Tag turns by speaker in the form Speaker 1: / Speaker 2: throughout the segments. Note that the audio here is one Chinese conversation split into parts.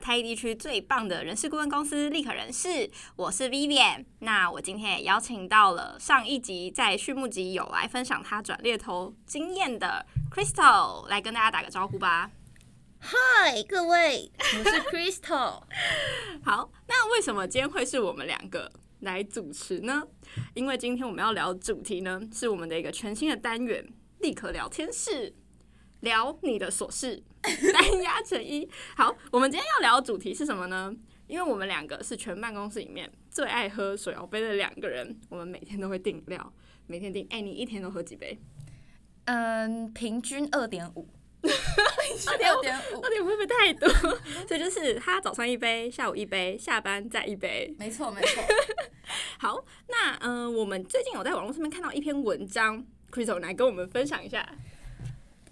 Speaker 1: 嘉义地区最棒的人事顾问公司立可人事，我是 Vivian。那我今天也邀请到了上一集在畜牧集有来分享他转猎头经验的 Crystal，来跟大家打个招呼吧。
Speaker 2: 嗨，各位，我是 Crystal。
Speaker 1: 好，那为什么今天会是我们两个来主持呢？因为今天我们要聊的主题呢，是我们的一个全新的单元——立刻聊天室，聊你的琐事， 单压成一。好，我们今天要聊的主题是什么呢？因为我们两个是全办公室里面最爱喝手摇杯的两个人，我们每天都会订饮料，每天订。哎、你一天都喝几杯？
Speaker 2: 嗯，平均二点 五，二点五
Speaker 1: 那，点会不会太多？所以就是他早上一杯，下午一杯，下班再一杯，
Speaker 2: 没错没错。
Speaker 1: 好，那嗯、呃我们最近有在网络上面看到一篇文章，Crystal 来跟我们分享一下。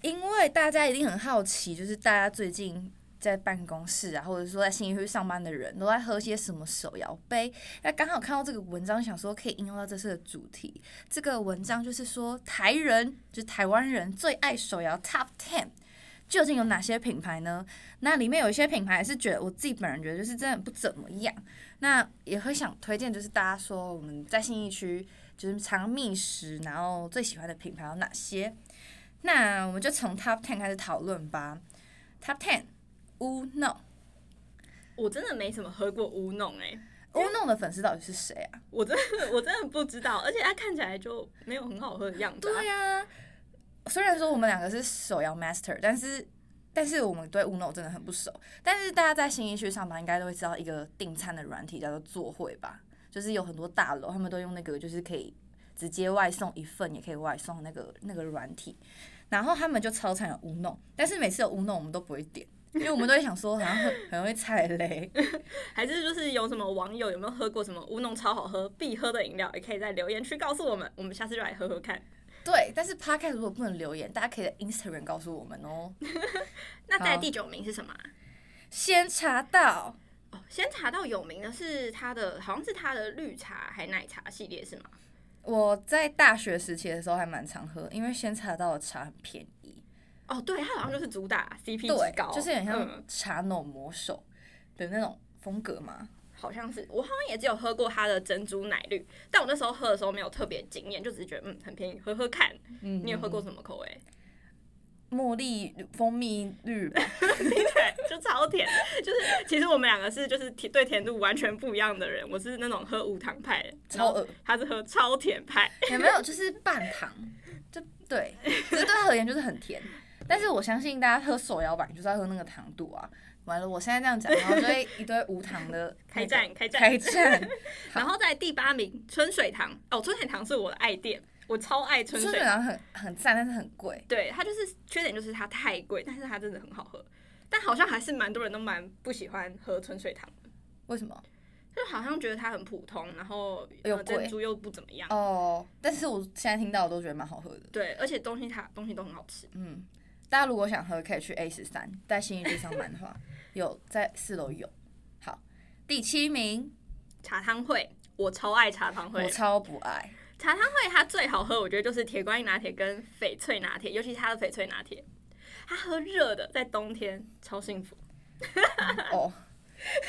Speaker 2: 因为大家一定很好奇，就是大家最近在办公室啊，或者说在新义区上班的人都在喝些什么手摇杯。那刚好看到这个文章，想说可以应用到这次的主题。这个文章就是说，台人就是台湾人最爱手摇 Top Ten。究竟有哪些品牌呢？那里面有一些品牌是觉得我自己本人觉得就是真的不怎么样，那也会想推荐，就是大家说我们在信义区就是常觅食，然后最喜欢的品牌有哪些？那我们就从 Top Ten 开始讨论吧。Top Ten Uno
Speaker 1: 我真的没什么喝过乌弄哎、
Speaker 2: Uno 的粉丝到底是谁啊？
Speaker 1: 我真的 我真的不知道，而且它看起来就没有很好喝的样子、啊。
Speaker 2: 对呀、虽然说我们两个是手摇 master，但是但是我们对 Uno 真的很不熟。但是大家在新一区上班，应该都会知道一个订餐的软体叫做座会吧，就是有很多大楼他们都用那个，就是可以直接外送一份，也可以外送那个那个软体。然后他们就超常有 Uno，但是每次有 Uno 我们都不会点，因为我们都会想说好像很很容易踩雷。
Speaker 1: 还是就是有什么网友有没有喝过什么乌弄超好喝必喝的饮料，也可以在留言区告诉我们，我们下次就来喝喝看。
Speaker 2: 对，但是 Podcast 如果不能留言，大家可以在 Instagram 告诉我们哦。
Speaker 1: 那在
Speaker 2: 好
Speaker 1: 第九名是什么啊、
Speaker 2: 先查到
Speaker 1: 哦，先查到有名的是它的，好像是它的绿茶还奶茶系列是吗？
Speaker 2: 我在大学时期的时候还蛮常喝，因为先查到的茶很便宜，
Speaker 1: 哦，对，它好像就是主打 CP
Speaker 2: 对
Speaker 1: 值高，，
Speaker 2: 就是
Speaker 1: 嗯
Speaker 2: 很像茶农魔手的那种风格嘛。
Speaker 1: 好像是，我好像也只有喝过它的珍珠奶绿，但我那时候喝的时候没有特别惊艳，就只是觉得嗯很便宜，喝喝看。
Speaker 2: 嗯
Speaker 1: 你有喝过什么口味？
Speaker 2: 茉莉蜂蜜绿 吧？
Speaker 1: 听起来就超甜， 就是其实我们两个是就是甜对甜度完全不一样的人，我是那种喝无糖派的，
Speaker 2: 超恶，
Speaker 1: 他是喝超甜派。
Speaker 2: 有没有？就是半糖，就对，只是对他而言就是很甜。但是我相信大家喝手摇版就是要喝那个糖度啊。完了，我现在这样讲，然后就会一堆无 糖的
Speaker 1: 开战开战
Speaker 2: 开战。
Speaker 1: 然后在第八名春水堂，哦，春水堂是我的爱店，我超爱春
Speaker 2: 春
Speaker 1: 水
Speaker 2: 水
Speaker 1: 堂。
Speaker 2: 堂很很赞，但是很贵。
Speaker 1: 对，它就是缺点就是它太贵，但是它真的很好喝。但好像还是蛮多人都蛮不喜欢喝春水堂的，
Speaker 2: 为什么？
Speaker 1: 就好像觉得它很普通，然后
Speaker 2: 又
Speaker 1: 呃
Speaker 2: 贵
Speaker 1: 珍珠又不怎么样。
Speaker 2: 哦，但是我现在听到我都觉得蛮好喝的。
Speaker 1: 对，而且东西它东西都很好吃。
Speaker 2: 嗯，大家如果想喝，可以去 A 十三，在新一区上班的话，有在四楼有。好，第七名
Speaker 1: 茶汤会，我超爱茶汤会
Speaker 2: 我
Speaker 1: 的。
Speaker 2: 超不 爱，
Speaker 1: 茶汤会它最好喝，我觉得就是铁观音拿铁跟翡翠拿铁，尤其是它的翡翠拿铁，它喝热的，在冬天超幸福。
Speaker 2: 哦，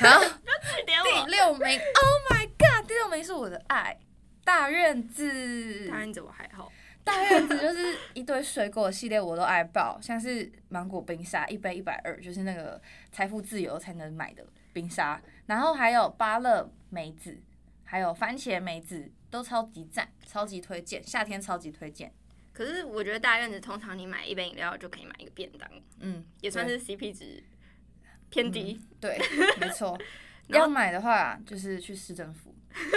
Speaker 2: 好，
Speaker 1: 快点我
Speaker 2: 第，六名，Oh my god，第六名是我的爱，大院子，
Speaker 1: 大丸子我还好，
Speaker 2: 大院子就是一堆水果系列，我都爱爆，像是芒果冰沙一杯一百二，就是那个财富自由才能买的冰沙，然后还有芭乐梅子，还有番茄梅子，都超级赞，超级推荐，夏天超级推荐。
Speaker 1: 可是我觉得大院子通常你买一杯饮料就可以买一个便当，
Speaker 2: 嗯，
Speaker 1: 也算是 CP 值偏低。
Speaker 2: 对，没错。
Speaker 1: 然后
Speaker 2: 要买的话，就是去市政府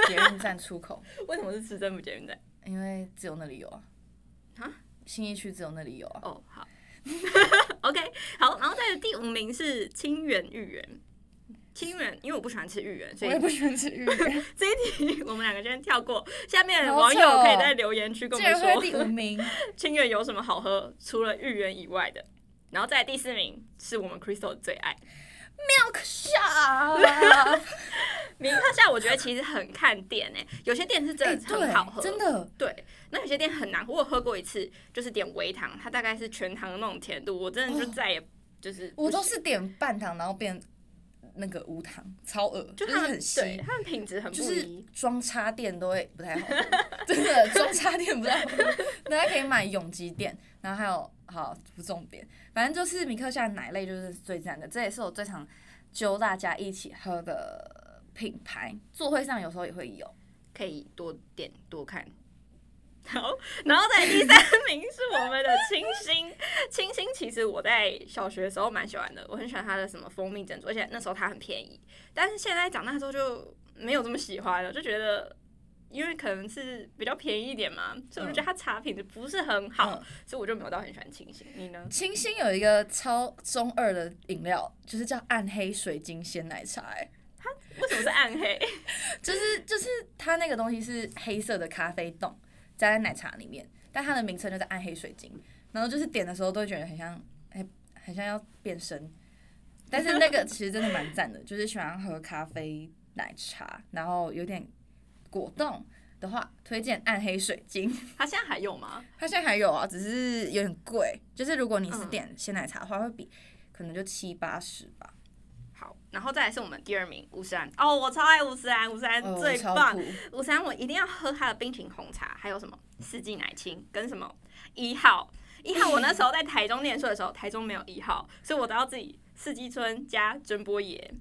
Speaker 2: 捷运站出口，
Speaker 1: 为什么是吃真不捷运站？
Speaker 2: 因为只有那里有啊。
Speaker 1: 啊？
Speaker 2: 新一区只有那里有啊。
Speaker 1: 哦，好 ，OK，好，然后再来第五名是清源芋圆。清源，因为我不喜欢吃芋圆，
Speaker 2: 我
Speaker 1: 所以
Speaker 2: 也不喜欢吃芋圆，
Speaker 1: 这一 题我们两个先跳过。下面
Speaker 2: 好
Speaker 1: 网
Speaker 2: 扯
Speaker 1: 友
Speaker 2: 哦
Speaker 1: 可以在留言区跟
Speaker 2: 竟
Speaker 1: 我们
Speaker 2: 然
Speaker 1: 说。
Speaker 2: 会第五名。
Speaker 1: 清远有什么好喝？除了芋圆以外的，然后再来第四名是我们 Crystal 的最爱
Speaker 2: Milk 啊 Shop，
Speaker 1: 明克夏。我觉得其实很看店诶、有些店是
Speaker 2: 哎
Speaker 1: 真的很好喝，
Speaker 2: 对真的。
Speaker 1: 对。那有些店很难喝，我有喝过一次，就是点微糖，它大概是全糖的那种甜度，我真的就
Speaker 2: 哦
Speaker 1: 再也就是不
Speaker 2: 我都
Speaker 1: 行
Speaker 2: 是点半糖，然后变那个无糖，超恶，
Speaker 1: 就
Speaker 2: 就是
Speaker 1: 他们
Speaker 2: 很稀。
Speaker 1: 对他们品质很
Speaker 2: 就
Speaker 1: 不
Speaker 2: 是
Speaker 1: 一，
Speaker 2: 装插电都会不 太好喝，真的装插电不太好喝。大家可以买永吉店，然后还有好不重点，反正就是米克夏的奶类就是最赞的，这也是我最常揪大家一起喝的品牌。座会上有时候也会有，
Speaker 1: 可以多点多看。好，然后在第三名是我们的清新，清新其实我在小学的时候蛮喜欢的，我很喜欢它的什么蜂蜜珍珠，而且那时候它很便宜，但是现在长大之后就没有这么喜欢了，就觉得。因为可能是比较便宜一点嘛，所以我就觉得它茶品质不是很好，
Speaker 2: 嗯
Speaker 1: 所以我就没有到很喜欢清新。你呢？
Speaker 2: 清新有一个超中二的饮料，就是叫暗黑水晶鲜奶茶、欸，
Speaker 1: 为什么是暗黑？
Speaker 2: 就是就是它那个东西是黑色的咖啡冻加在奶茶里面，但它的名称就叫暗黑水晶。然后就是点的时候都会觉得很像，哎、很像要变身。但是 那个其实真的蛮赞的，就是喜欢喝咖啡、奶茶，然后有点果冻的话，推荐暗黑水晶。
Speaker 1: 它现在还有吗？
Speaker 2: 它现在还有啊，只是有点贵。就是如果你
Speaker 1: 嗯
Speaker 2: 是点鲜奶茶的话，会比可能就七八十吧。
Speaker 1: 好，然后再来是我们第二名五十岚。哦，我超爱五十岚，五十岚
Speaker 2: 哦
Speaker 1: 哎最
Speaker 2: 超
Speaker 1: 棒
Speaker 2: 酷，
Speaker 1: 五三我一定要喝它的冰淇淋红茶，还有什么四季奶青跟什么一号一号。我那时候在台中念书的时候，台中没有一号，所以我都要自己四季春加珍波爷。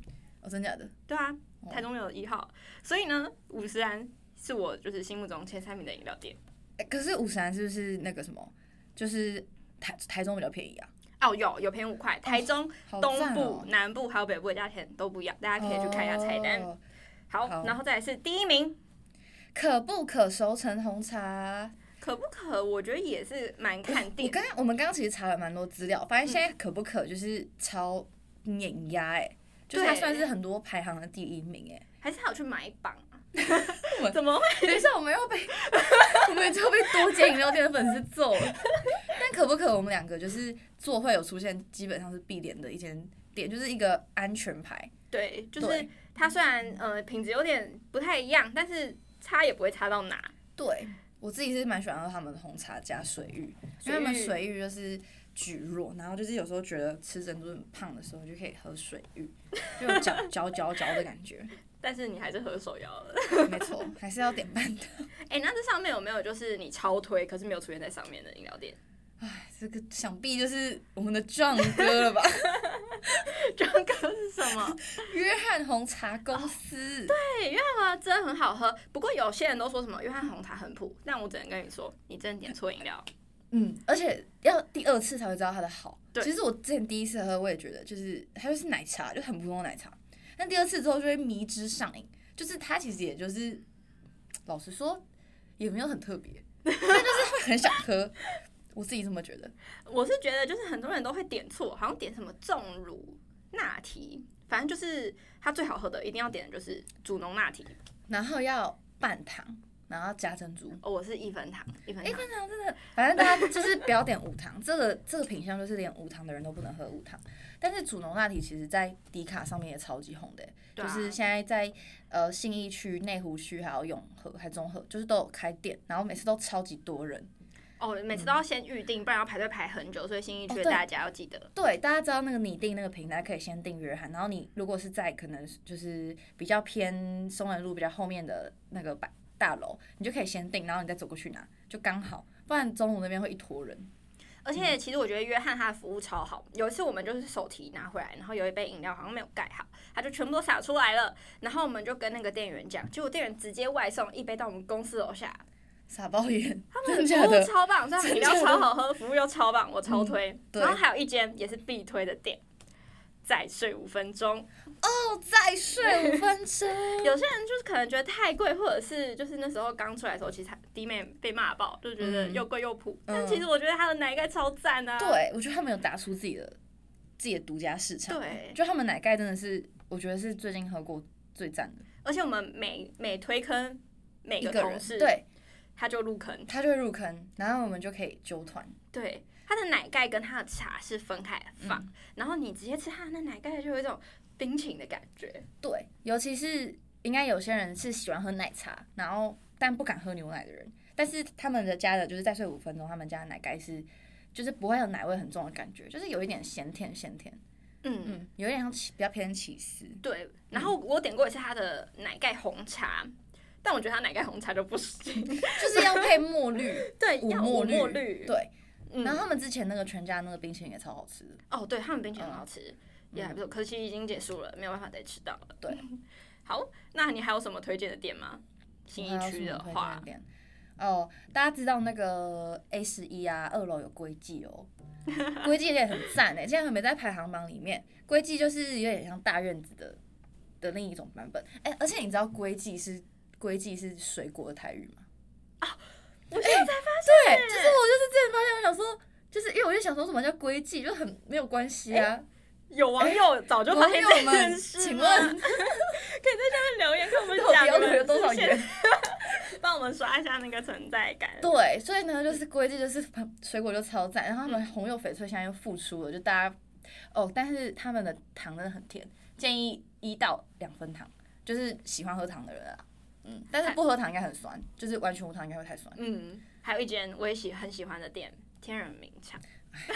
Speaker 2: 哦，真假的？
Speaker 1: 对啊，
Speaker 2: 哦
Speaker 1: 台中没有一号，所以呢，五十岚是我就是心目中前三名的饮料店。
Speaker 2: 欸可是五十岚是不是那个什么，就是台台中比较便宜啊？
Speaker 1: 哦，有有便宜五块，台中、
Speaker 2: 好
Speaker 1: 东
Speaker 2: 赞
Speaker 1: 部、
Speaker 2: 哦
Speaker 1: 南部还有北部的价钱都不一样，大家可以去看一下菜单。
Speaker 2: 哦
Speaker 1: 好，
Speaker 2: 好
Speaker 1: 然后再来是第一名，
Speaker 2: 可不可熟成红茶？
Speaker 1: 可不可？我觉得也是蛮看
Speaker 2: 哎我
Speaker 1: 定的。
Speaker 2: 刚刚我们刚刚其实查了蛮多资料，发现现在可不可就是超碾压哎、就是它
Speaker 1: 对
Speaker 2: 算是很多排行的第一名哎、
Speaker 1: 还是还有去买榜 啊？怎么会？
Speaker 2: 等一下我们 要被我们就要被多间饮料店的粉丝揍了。 但可不可我们两个就是做会有出现，基本上是必点的一间店，就是一个安全牌。
Speaker 1: 对，就是
Speaker 2: 对
Speaker 1: 它虽然呃品质有点不太一样，但是差也不会差到哪。
Speaker 2: 对我自己是蛮喜欢喝他们的红茶加水芋，因为他们水芋就是举弱，然后就是有时候觉得吃珍珠很胖的时候，就可以喝水芋，就有嚼嚼嚼嚼的感 觉。
Speaker 1: 但是你还是喝手摇了。
Speaker 2: 没错，还是要点半的。
Speaker 1: 哎、那这上面有没有就是你超推，可是没有出现在上面的饮料店？
Speaker 2: 哎，这个想必就是我们的壮哥了吧？
Speaker 1: 这个是什么？
Speaker 2: 约翰红茶公司。
Speaker 1: 对，约翰红茶真的很好喝。不过有些人都说什么约翰红茶很普，但我只能跟你说，你真的点错饮料。
Speaker 2: 嗯，而且要第二次才会知道它的好。
Speaker 1: 对
Speaker 2: 其实我之前第一次喝，我也觉得就是它就是奶茶，就很普通的奶茶。但第二次之后就会迷之上瘾，就是它其实也就是，老实说也没有很特别，但就是会很想喝。我自己这么觉得。
Speaker 1: 我是觉得就是很多人都会点错，好像点什么重乳拿提，反正就是它最好喝的一定要点的就是主浓拿提。
Speaker 2: 然后要半糖，然后加珍珠。
Speaker 1: 哦，我是一分糖，一分
Speaker 2: 哎，
Speaker 1: 糖。
Speaker 2: 半糖真的，反正大家就是不要点无糖，这个这个品相就是连无糖的人都不能喝无糖。但是主浓辣体其实在迪卡上面也超级红的、欸
Speaker 1: 对
Speaker 2: 就
Speaker 1: 啊
Speaker 2: 是现在在呃信义区、内湖区还有永和、还中和，就是都有开店，然后每次都超级多人。
Speaker 1: 哦，每次都要先预定，不然要排队排很久，所以新一区
Speaker 2: 哦
Speaker 1: 的
Speaker 2: 对
Speaker 1: 大家要记得。
Speaker 2: 对，大家知道那个拟定那个平台可以先订约翰，然后你如果是在可能就是比较偏松仁路比较后面的那个百大楼，你就可以先订，然后你再走过去拿，就刚好，不然中午那边会一坨人。
Speaker 1: 而且其实我觉得约翰他的服务超好，有一次我们就是手提拿回来，然后有一杯饮料好像没有盖好，他就全部都洒出来了，然后我们就跟那个店员讲，结果店员直接外送一杯到我们公司楼下，
Speaker 2: 傻包 眼，
Speaker 1: 他们
Speaker 2: 真
Speaker 1: 的
Speaker 2: 假
Speaker 1: 服务
Speaker 2: 的？
Speaker 1: 超棒，所以他们饮料
Speaker 2: 真的假
Speaker 1: 超
Speaker 2: 的
Speaker 1: 好喝，服务又超棒，我超推。
Speaker 2: 对
Speaker 1: 然后还有一间也是必推的店。再睡五分钟，
Speaker 2: 哦，再睡五分钟。
Speaker 1: 有些人就是可能觉得太贵，或者是就是那时候刚出来的时候，其实还弟妹被骂爆，就觉得
Speaker 2: 嗯
Speaker 1: 又贵又普。
Speaker 2: 嗯
Speaker 1: 但其实我觉得它的奶盖超赞啊！
Speaker 2: 对，我觉得他们有打出自己的自己的独家市场。
Speaker 1: 对，
Speaker 2: 就他们奶盖真的是，我觉得是最近喝过最赞的
Speaker 1: 而且我们每每推坑每
Speaker 2: 一
Speaker 1: 个
Speaker 2: 个
Speaker 1: 同
Speaker 2: 人，
Speaker 1: 事，，
Speaker 2: 对
Speaker 1: 他就入坑。
Speaker 2: 他就会入坑，然后我们就可以揪团。
Speaker 1: 对，他的奶盖跟他的茶是分开放，
Speaker 2: 嗯
Speaker 1: 然后你直接吃他的那奶盖，就有一种冰淇淋的感觉。
Speaker 2: 对，尤其是应该有些人是喜欢喝奶茶，然后但不敢喝牛奶的人，但是他们的家的就是再睡五分钟，他们家的奶盖是就是不会有奶味很重的感觉，就是有一点咸甜咸甜。
Speaker 1: 嗯，
Speaker 2: 嗯，有点像起比较偏起司，
Speaker 1: 对。然后我点过一次它的奶盖红茶，但我觉得它奶盖红茶就不行。
Speaker 2: 就是要配墨绿，
Speaker 1: 对，
Speaker 2: 五
Speaker 1: 要
Speaker 2: 墨
Speaker 1: 五
Speaker 2: 绿，
Speaker 1: 墨绿。
Speaker 2: 对。
Speaker 1: 嗯
Speaker 2: 然后他们之前那个全家那个冰淇淋也超好吃的，
Speaker 1: 哦，对，他们冰淇淋很好吃，也还不错。可惜已经结束了，没有办法再吃到了。
Speaker 2: 对，
Speaker 1: 好，那你还有什么推荐的店吗？新
Speaker 2: 还
Speaker 1: 一
Speaker 2: 有
Speaker 1: 区
Speaker 2: 什
Speaker 1: 的
Speaker 2: 么推荐
Speaker 1: 话，
Speaker 2: 店哦，大家知道那个 A 十一啊，二楼有龟记哦，龟记也很赞哎，竟然没在排行榜里面。龟记就是有点像大院子的的另一种版本，哎、而且你知道龟记是龟记是水果的台语吗？
Speaker 1: 我现在才
Speaker 2: 对，就是我就是之前发现，我想说，就是因为我就想说什么叫龟记，就很没有关系啊。
Speaker 1: 有网友早就发
Speaker 2: 网
Speaker 1: 现
Speaker 2: 友
Speaker 1: 这件
Speaker 2: 们，
Speaker 1: 事，
Speaker 2: 请 问
Speaker 1: 留言跟我们
Speaker 2: 到
Speaker 1: 讲
Speaker 2: 底要
Speaker 1: 你们
Speaker 2: 留多少
Speaker 1: 哎是不是
Speaker 2: 元？
Speaker 1: 帮我们刷一下那个存在感。
Speaker 2: 对，所以呢，就是龟记就是水果就超赞，然后他们红柚翡翠现在又复出了，就大家哦，但是他们的糖真的很甜，建议一到两分糖，就是喜欢喝糖的人啊，嗯，但是不喝糖应该很酸，就是完全无糖应该会 太酸。
Speaker 1: 嗯，还有一间我也喜很喜欢的店，天人名茶。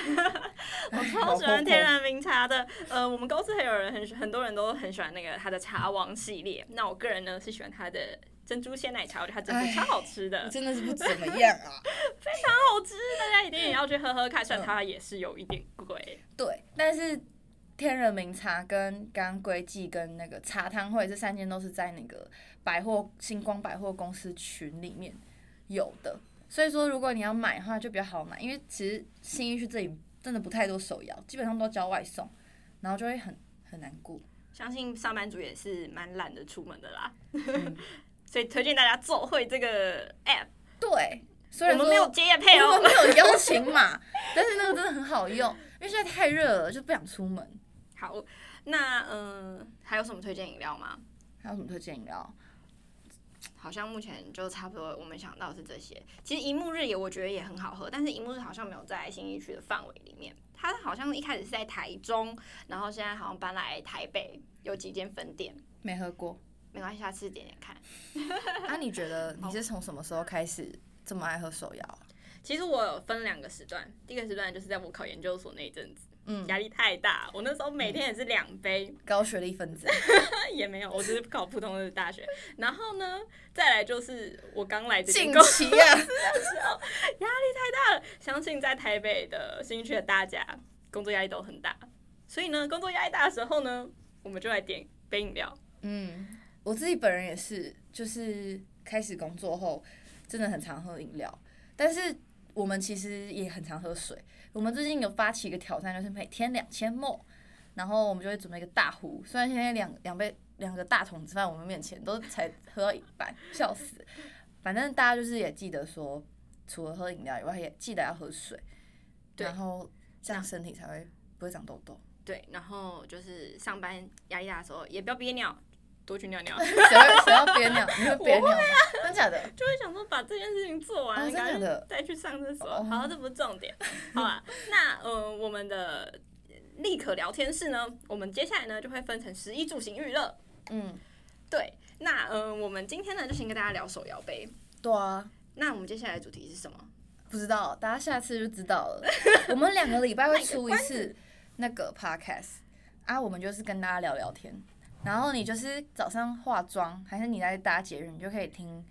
Speaker 2: 我
Speaker 1: 超喜啊欢天然名茶的，呃，我们公司还有人很很多人都很喜欢那个它的茶王系列。那我个人呢是喜欢它的珍珠鲜奶茶，我觉得它珍珠超好吃的，
Speaker 2: 真的是不怎么样啊。
Speaker 1: 好吃，大家一定也要去喝喝看。
Speaker 2: 嗯
Speaker 1: 虽然它也是有一点贵，
Speaker 2: 对，但是天人名茶跟刚刚龟记跟那个茶汤会这三间都是在那个百货星光百货公司群里面有的，所以说如果你要买的话就比较好买，因为其实新一区这里真的不太多手摇，基本上都叫外送，然后就会很很难过。
Speaker 1: 相信上班族也是蛮懒得出门的啦。
Speaker 2: 嗯
Speaker 1: 所以推荐大家做会这个 app，
Speaker 2: 对，虽然
Speaker 1: 我们
Speaker 2: 说
Speaker 1: 没有接业配
Speaker 2: 我
Speaker 1: 哦
Speaker 2: 们。没有邀请码，但是那个真的很好用，因为现在太热了，就不想出门。
Speaker 1: 好，那嗯、呃还有什么推荐饮料吗？
Speaker 2: 还有什么推荐饮料？
Speaker 1: 好像目前就差不多，我们想到是这些。其实一幕日也我觉得也很好喝，但是一幕日好像没有在新一区的范围里面。它好像一开始是在台中，然后现在好像搬来台北，有几间分店。
Speaker 2: 没喝过。
Speaker 1: 没关系，下次点点看。
Speaker 2: 那、啊你觉得你是从什么时候开始这么爱喝手摇啊？
Speaker 1: 其实我有分两个时段，第一个时段就是在我考研究所那一阵子，
Speaker 2: 嗯，
Speaker 1: 压力太大，我那时候每天也是两杯，哎
Speaker 2: 高学历分子，
Speaker 1: 也没有，我只是考普通的大学。然后呢，再来就是我刚来这间
Speaker 2: 近
Speaker 1: 公
Speaker 2: 期啊，
Speaker 1: 相信在台北的新区的大家工作压力都很大，所以呢，工作压力大的时候呢，我们就来点杯饮料。
Speaker 2: 嗯，我自己本人也是，就是开始工作后，真的很常喝饮料，但是我们其实也很常喝水。我们最近有发起一个挑战，就是每天两千沫，然后我们就会准备一个大壶。虽然现在两两杯两个大桶子饭我们面前都才喝到一半，笑死。反正大家就是也记得说，除了喝饮料以外，也记得要喝水，
Speaker 1: 对
Speaker 2: 然后这样身体才会不会长痘痘。
Speaker 1: 对，然后就是上班压力大的时候，也不要憋尿，多去尿尿，
Speaker 2: 谁会谁要憋尿？你会憋尿吗？真假的？
Speaker 1: 就会想说把这件事情做
Speaker 2: 哦
Speaker 1: 完，
Speaker 2: 真的
Speaker 1: 赶快
Speaker 2: 的
Speaker 1: 再去上厕所。
Speaker 2: 哦
Speaker 1: 好，啊这不是重点。好啊，那呃，我们的立可聊天室呢，我们接下来呢就会分成十一住行娱乐。
Speaker 2: 嗯，
Speaker 1: 对，那呃，我们今天呢就先跟大家聊手摇杯。
Speaker 2: 对啊，
Speaker 1: 那我们接下来的主题是什么？
Speaker 2: 不知道，大家下次就知道 了。我们两个礼拜会出一次那个 podcast 啊，我们就是跟大家聊聊天，然后你就是早上化妆，还是你在搭捷运，你就可以听，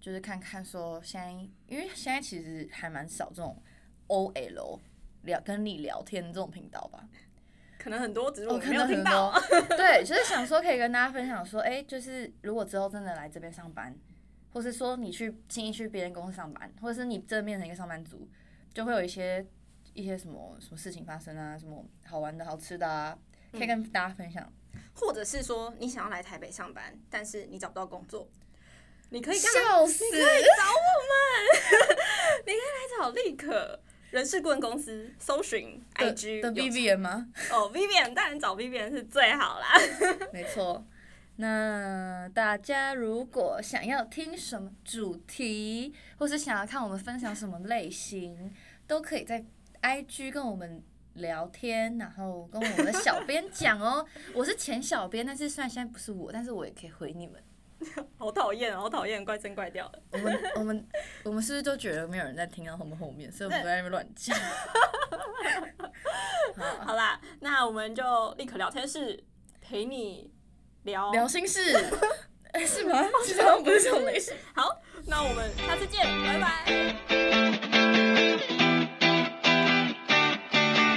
Speaker 2: 就是看看说现在，因为现在其实还蛮少这种 OL 聊跟你聊天这种频道吧。
Speaker 1: 可能很多，只是我
Speaker 2: 我
Speaker 1: 们没
Speaker 2: 看
Speaker 1: 有
Speaker 2: 到
Speaker 1: 听
Speaker 2: 哦很
Speaker 1: 到。
Speaker 2: 多， 对，就是想说可以跟大家分享说，哎、就是如果之后真的来这边上班，或是说你去轻易去别人公司上班，或者是你真的变成一个上班族，就会有一些一些什么什么事情发生啊，什么好玩的好吃的啊，可以
Speaker 1: 嗯
Speaker 2: 跟大家分享。
Speaker 1: 或者是说你想要来台北上班，但是你找不到工作，你可以干嘛？
Speaker 2: 笑死！
Speaker 1: 来找立可人事顾问公司搜寻 IG
Speaker 2: 的
Speaker 1: 有
Speaker 2: B B 吗？
Speaker 1: 哦，Vivian 当然找 Vivian 是最好啦。
Speaker 2: 没错。那大家如果想要听什么主题，或是想要看我们分享什么类型，都可以在 IG 跟我们聊天，然后跟我们的小编讲哦。我是前小编，但是虽然现在不是我，但是我也可以回你们。
Speaker 1: 好讨厌，啊好讨厌，怪声怪调的。
Speaker 2: 我们我们我们是不是都觉得没有人在啊听到我们后面，所以我们都在那边乱讲？好，
Speaker 1: 啊好啦，那我们就立刻聊天室陪你聊。
Speaker 2: 聊心 事， 哎、是吗？其实好像不是这种类型。
Speaker 1: 好，那我们下次见，拜拜。